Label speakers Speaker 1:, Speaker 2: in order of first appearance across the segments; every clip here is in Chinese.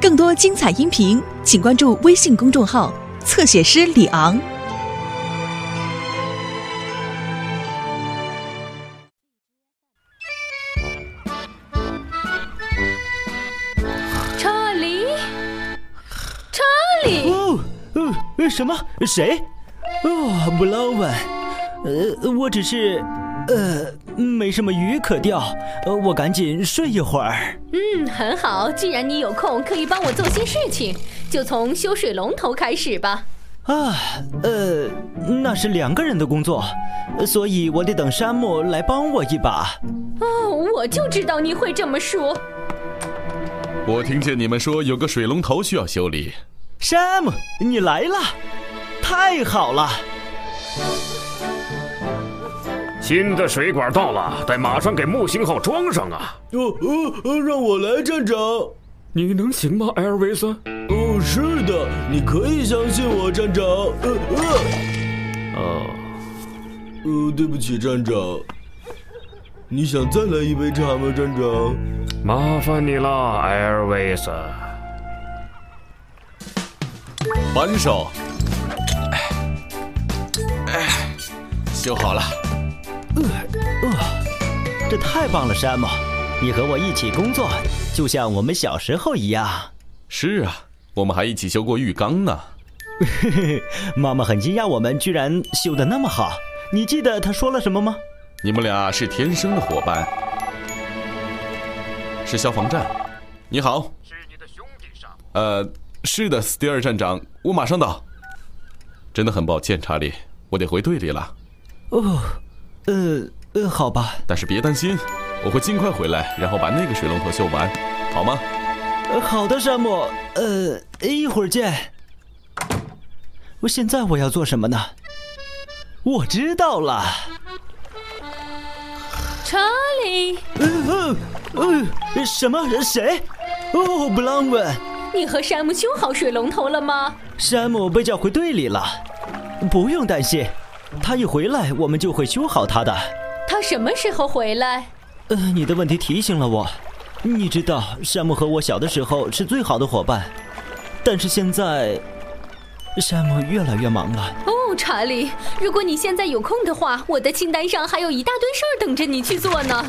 Speaker 1: 更多精彩音频，请关注微信公众号“侧写师李昂”。
Speaker 2: 查理，查理，
Speaker 3: 哦，呃，什么？谁？哦，布劳万，呃，我只是，呃，没什么鱼可钓，呃，我赶紧睡一会儿。
Speaker 2: 嗯，很好。既然你有空，可以帮我做些事情，就从修水龙头开始吧。
Speaker 3: 啊，呃，那是两个人的工作，所以我得等山姆来帮我一把。
Speaker 2: 哦，我就知道你会这么说。
Speaker 4: 我听见你们说有个水龙头需要修理，
Speaker 3: 山姆，你来了，太好了！
Speaker 5: 新的水管到了，得马上给木星号装上啊！
Speaker 6: 哦哦哦，让我来，站长。
Speaker 5: 你能行吗，艾尔维斯？
Speaker 6: 哦，是的，你可以相信我，站长。呃呃，
Speaker 5: 哦，
Speaker 6: 呃，对不起，站长。你想再来一杯茶吗，站长？
Speaker 5: 麻烦你了，艾尔维斯。
Speaker 4: 扳手，哎，哎，修好了。
Speaker 3: 哦这太棒了，山姆，你和我一起工作，就像我们小时候一样。
Speaker 4: 是啊，我们还一起修过浴缸呢。
Speaker 3: 妈妈很惊讶，我们居然修得那么好。你记得她说了什么吗？
Speaker 4: 你们俩是天生的伙伴。是消防站，你好。
Speaker 5: 是你的兄弟山姆。
Speaker 4: 呃，是的，斯蒂尔站长，我马上到。真的很抱歉，查理，我得回队里了。
Speaker 3: 哦，呃呃，好吧，
Speaker 4: 但是别担心，我会尽快回来，然后把那个水龙头修完，好吗？
Speaker 3: 呃好的，山姆，呃，一会儿见。我现在我要做什么呢？我知道了，
Speaker 2: 查理，
Speaker 3: 呃呃呃，什么谁？哦，布朗文，
Speaker 2: 你和山姆修好水龙头了吗？
Speaker 3: 山姆被叫回队里了，不用担心，他一回来我们就会修好他的。
Speaker 2: 他什么时候回来？
Speaker 3: 呃，你的问题提醒了我。你知道，山姆和我小的时候是最好的伙伴，但是现在，山姆越来越忙了。
Speaker 2: 哦，查理，如果你现在有空的话，我的清单上还有一大堆事儿等着你去做呢。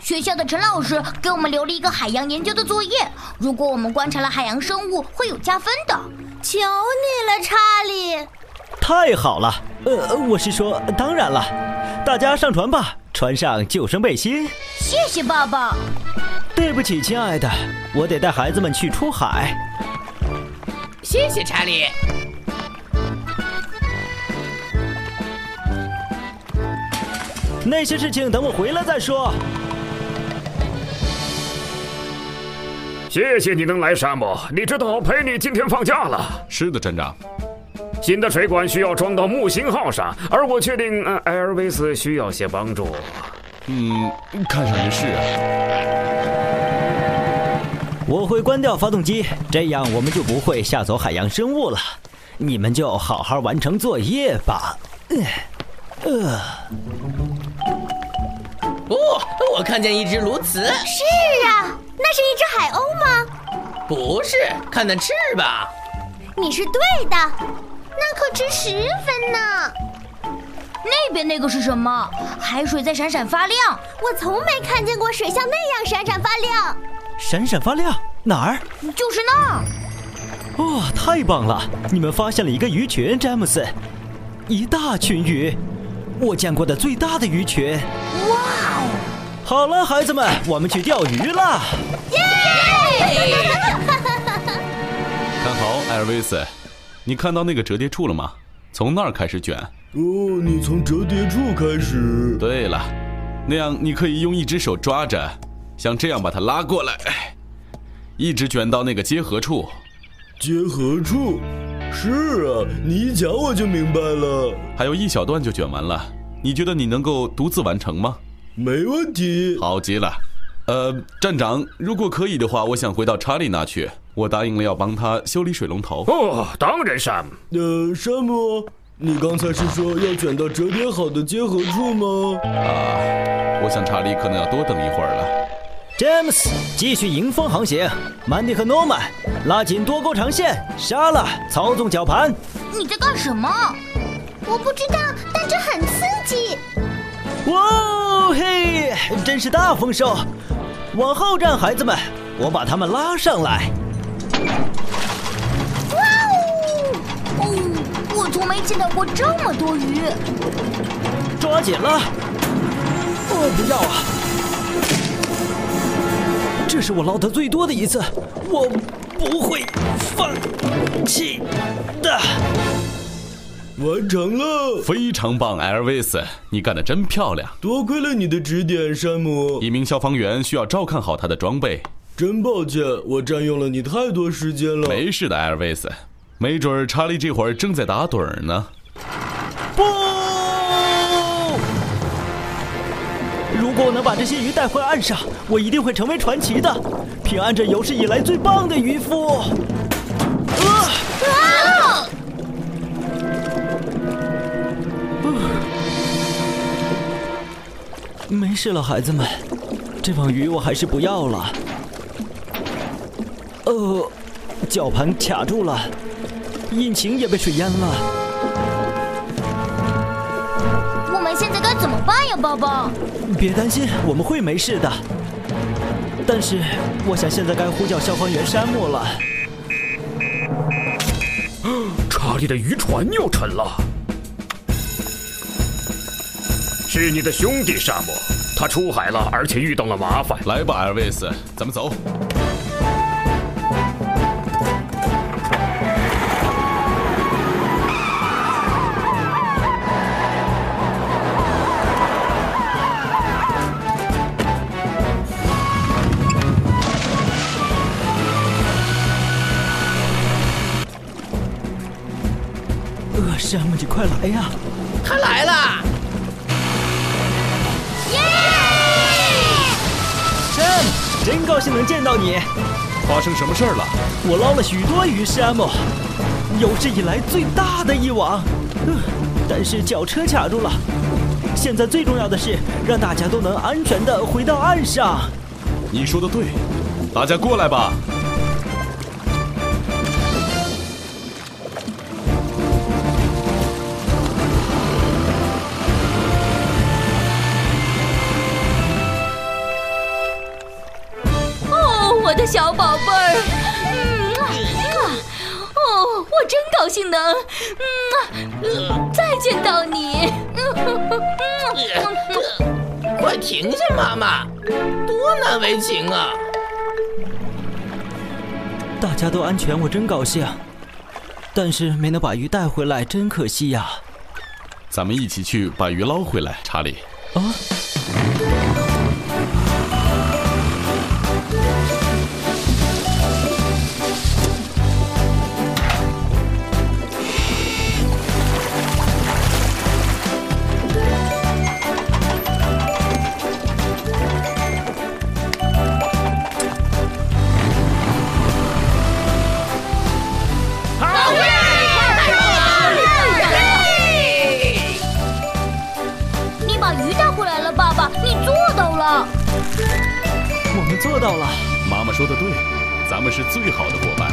Speaker 7: 学校的陈老师给我们留了一个海洋研究的作业，如果我们观察了海洋生物，会有加分的。求你了，查理！
Speaker 3: 太好了，呃，我是说，当然了，大家上船吧，穿上救生背心。
Speaker 7: 谢谢爸爸。
Speaker 3: 对不起，亲爱的，我得带孩子们去出海。
Speaker 8: 谢谢查理。
Speaker 3: 那些事情等我回来再说。
Speaker 5: 谢谢你能来，山姆。你知道佩妮今天放假了，
Speaker 4: 是的，站长。
Speaker 5: 新的水管需要装到木星号上，而我确定，呃，艾尔维斯需要些帮助。
Speaker 4: 嗯，看上去是啊。
Speaker 3: 我会关掉发动机，这样我们就不会吓走海洋生物了。你们就好好完成作业吧。呃
Speaker 8: 哦，我看见一只鸬鹚，
Speaker 7: 是啊，那是一只海鸥吗？
Speaker 8: 不是，看看翅膀。
Speaker 7: 你是对的，那可值十分呢。那边那个是什么？海水在闪闪发亮。我从没看见过水像那样闪闪发亮。
Speaker 3: 闪闪发亮，哪儿？
Speaker 7: 就是那儿，
Speaker 3: 哇、太棒了！你们发现了一个鱼群，詹姆斯，一大群鱼，我见过的最大的鱼群。哇哦！好了，孩子们，我们去钓鱼了。
Speaker 4: 看好，艾尔维斯，你看到那个折叠处了吗？从那儿开始卷。
Speaker 6: 哦，你从折叠处开始。
Speaker 4: 对了，那样你可以用一只手抓着，像这样把它拉过来，一直卷到那个结合处。
Speaker 6: 结合处。是啊，你一讲我就明白了，
Speaker 4: 还有一小段就卷完了。你觉得你能够独自完成吗？
Speaker 6: 没问题。
Speaker 4: 好极了。呃，站长，如果可以的话，我想回到查理那去。我答应了要帮他修理水龙头。
Speaker 5: 哦，当然，山姆。
Speaker 6: 呃，山姆，你刚才是说要卷到折叠好的结合处吗？
Speaker 4: 我想查理可能要多等一会儿了。
Speaker 3: James 继续迎风航行，Mandy 和 Norman 拉紧多钩长线，莎拉操纵绞盘。
Speaker 7: 你在干什么？
Speaker 9: 我不知道，但这很刺激。
Speaker 3: 哇哦嘿，真是大丰收！往后站，孩子们，我把他们拉上来。
Speaker 7: 哇哦！哦，我从没见到过这么多鱼。
Speaker 3: 抓紧了！哦，不要啊！这是我捞得最多的一次，我不会放弃的。
Speaker 6: 完成了，
Speaker 4: 非常棒，艾尔维斯，你干得真漂亮。
Speaker 6: 多亏了你的指点，山姆。
Speaker 4: 一名消防员需要照看好他的装备。
Speaker 6: 真抱歉，我占用了你太多时间了。
Speaker 4: 没事的，艾尔维斯，没准儿查理这会儿正在打盹儿呢。
Speaker 3: 不！如果我能把这些鱼带回岸上，我一定会成为传奇的，平安镇有史以来最棒的渔夫。呃啊！没事了，孩子们，这网鱼我还是不要了。呃，绞盘卡住了，引擎也被水淹了。
Speaker 7: 我们现在该怎么办呀，包包？
Speaker 3: 别担心，我们会没事的。但是，我想现在该呼叫消防员山姆了。
Speaker 5: 查理的渔船又沉了。是你的兄弟沙漠，他出海了，而且遇到了麻烦。
Speaker 4: 来吧，艾尔维斯，咱们走。
Speaker 3: 呃，山姆，你快来呀！
Speaker 8: 他来了，
Speaker 3: 山姆，真高兴能见到你。
Speaker 4: 发生什么事儿了？
Speaker 3: 我捞了许多鱼，山姆，有史以来最大的一网，呃但是绞车卡住了。现在最重要的是让大家都能安全的回到岸上。
Speaker 4: 你说的对，大家过来吧。
Speaker 7: 哦，我的小宝贝儿，嗯啊，哦，我真高兴能，嗯啊，再见到你。
Speaker 8: 快停下，妈妈，多难为情啊！
Speaker 3: 大家都安全，我真高兴。但是没能把鱼带回来，真可惜呀、
Speaker 4: 咱们一起去把鱼捞回来，查理。
Speaker 3: 啊！
Speaker 7: 你把鱼带回来了，爸爸，你做到了。
Speaker 9: 啊
Speaker 3: 我们做到了。
Speaker 4: 妈妈说的对，咱们是最好的伙伴。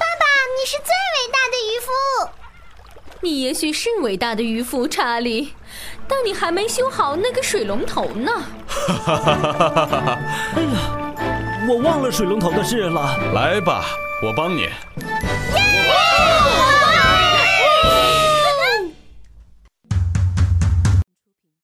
Speaker 9: 爸，你是最伟大的渔夫。
Speaker 2: 你也许是伟大的渔夫查理，但你还没修好那个水龙头呢。
Speaker 3: 哎呀，我忘了水龙头的事了。
Speaker 4: 来吧，我帮你。
Speaker 9: 耶！